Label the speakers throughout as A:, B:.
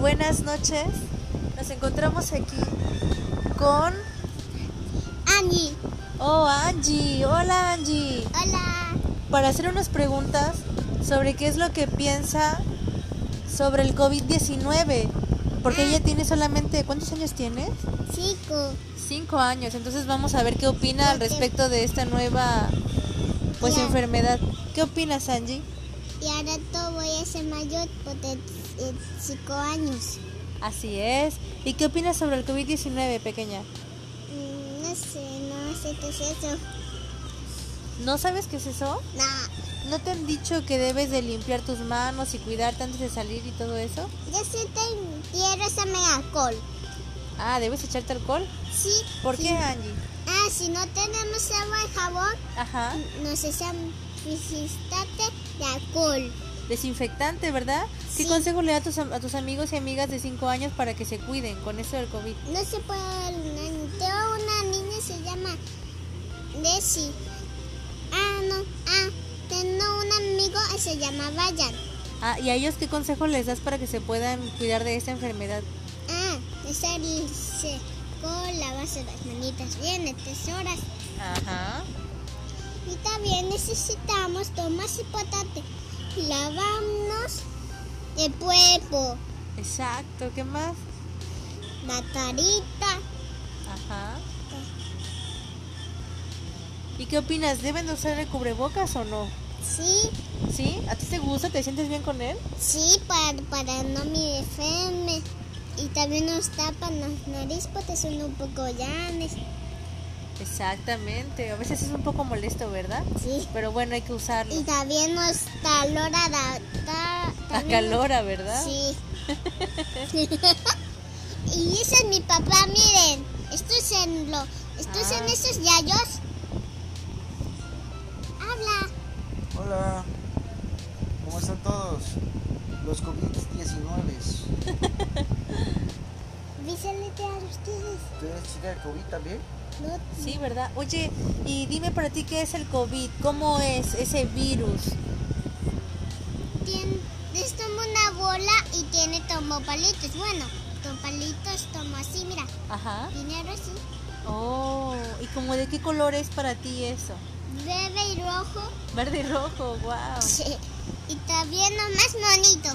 A: buenas noches. Nos encontramos aquí con...
B: Angie.
A: Oh, Angie. Hola, Angie.
B: Hola.
A: Para hacer unas preguntas sobre qué es lo que piensa sobre el COVID-19. Porque ella tiene solamente... ¿Cuántos años tienes?
B: Chico.
A: Cinco años. Entonces vamos a ver qué opina al respecto de esta nueva pues,
B: Ya.
A: enfermedad. ¿Qué opinas, Angie?
B: Y ahora todo voy a ser mayor porque eh, cinco años.
A: Así es. ¿Y qué opinas sobre el COVID-19, pequeña?
B: Mm, No sé, no sé qué es eso.
A: ¿No sabes qué es eso?
B: No,
A: ¿No te han dicho que debes de limpiar tus manos y cuidarte antes de salir y todo eso?
B: yo sí te quiero echarme alcohol.
A: Ah, debes echarte alcohol.
B: Sí.
A: ¿Por
B: sí.
A: qué, Angie?
B: Ah, si no tenemos agua y jabón,
A: Ajá.
B: nos echamos visitante de alcohol.
A: Desinfectante, ¿verdad? ¿Qué
B: Sí.
A: consejo le das a tus, am- a tus amigos y amigas de 5 años para que se cuiden con eso del COVID?
B: No se puede. no- Tengo una niña se llama Desi. Ah, no. Ah, tengo un amigo que se llama Bayan.
A: Ah, ¿y a ellos qué consejo les das para que se puedan cuidar de esta enfermedad?
B: Ah, esa dice con lavarse las manitas bien a tres horas.
A: Ajá.
B: Y también necesitamos tomar importante, lavarnos el cuerpo,
A: Exacto, ¿qué más?
B: la carita.
A: Ajá. ¿Y qué opinas? ¿Deben de usar el cubrebocas o no?
B: Sí,
A: ¿Sí? ¿A ti te gusta? ¿Te sientes bien con él?
B: sí, para, para no me enferme. Y también nos tapan las nariz porque son un poco llanes.
A: Exactamente, a veces es un poco molesto, ¿verdad?
B: Sí.
A: Pero bueno, hay que usarlo.
B: Y también nos calora la... ta- también nos-
A: Acalora, ¿verdad?
B: Sí. y dice mi papá, miren, esto es en lo, esto es en
A: Ah.
B: esos yayos. Habla.
C: Hola, ¿cómo están todos? Los COVID-19.
B: Dísele a ustedes.
C: ¿Tú eres chica de COVID también?
B: No,
A: Sí, ¿verdad? Oye, y dime para ti qué es el COVID, cómo es ese virus.
B: tiene, es como una bola y tiene como palitos. Bueno, con palitos como así, mira,
A: Ajá.
B: dinero así,
A: Oh, ¿y como de qué color es para ti eso?
B: verde y rojo.
A: Verde y rojo, wow.
B: y también lo más bonito.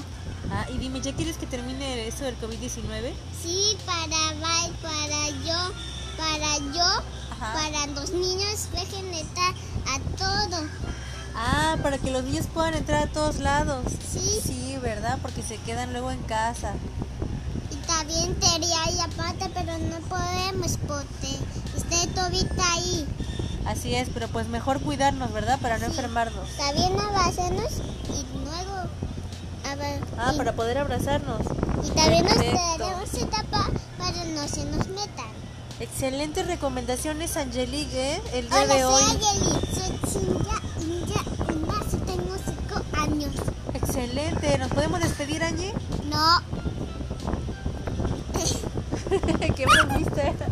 A: Ah, y dime, ¿ya quieres que termine eso del COVID-19?
B: Sí, para Val, para yo, para yo,
A: Ajá.
B: para los niños dejen estar a todo.
A: Ah, para que los niños puedan entrar a todos lados.
B: Sí,
A: Sí, ¿verdad? Porque se quedan luego en casa.
B: y también quería ir aparte, pero no podemos porque está Tobita ahí.
A: Así es, pero pues mejor cuidarnos, ¿verdad? Para no
B: Sí.
A: enfermarnos.
B: También abrazarnos y luego a ver,
A: Ah,
B: y,
A: para poder abrazarnos.
B: y también nos
A: Perfecto.
B: tenemos que tapar para no se nos metan.
A: Excelentes recomendaciones, Angelique, ¿eh? el día
B: Hola,
A: de hoy.
B: soy Ayeli, soy chinga, india, y tengo cinco años.
A: Excelente. ¿Nos podemos despedir, Angie?
B: No.
A: Qué bromista era.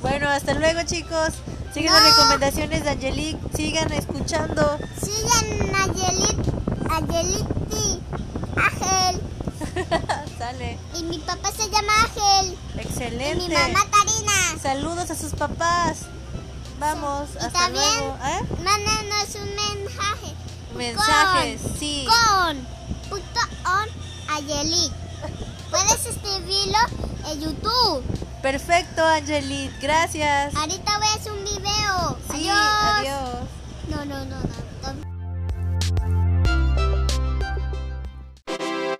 A: Bueno, hasta luego, chicos. Sigan las
B: No.
A: recomendaciones de Angelique. Sigan escuchando.
B: Sigan a Yelit, a Yelitzi, Ángel.
A: Sale.
B: Y mi papá se llama Ángel. Y
A: Excelente.
B: mi mamá Karina.
A: Saludos a sus papás. Vamos,
B: Y
A: hasta
B: también-
A: luego. ¿Eh?
B: Mándanos un mensaje
A: Mensajes, sí.
B: con punto on a Yelit. Puedes escribirlo en YouTube.
A: Perfecto, Angelique. Gracias.
B: Ahorita voy a hacer un video.
A: Sí,
B: adiós.
A: adiós.
B: No, no, no, no.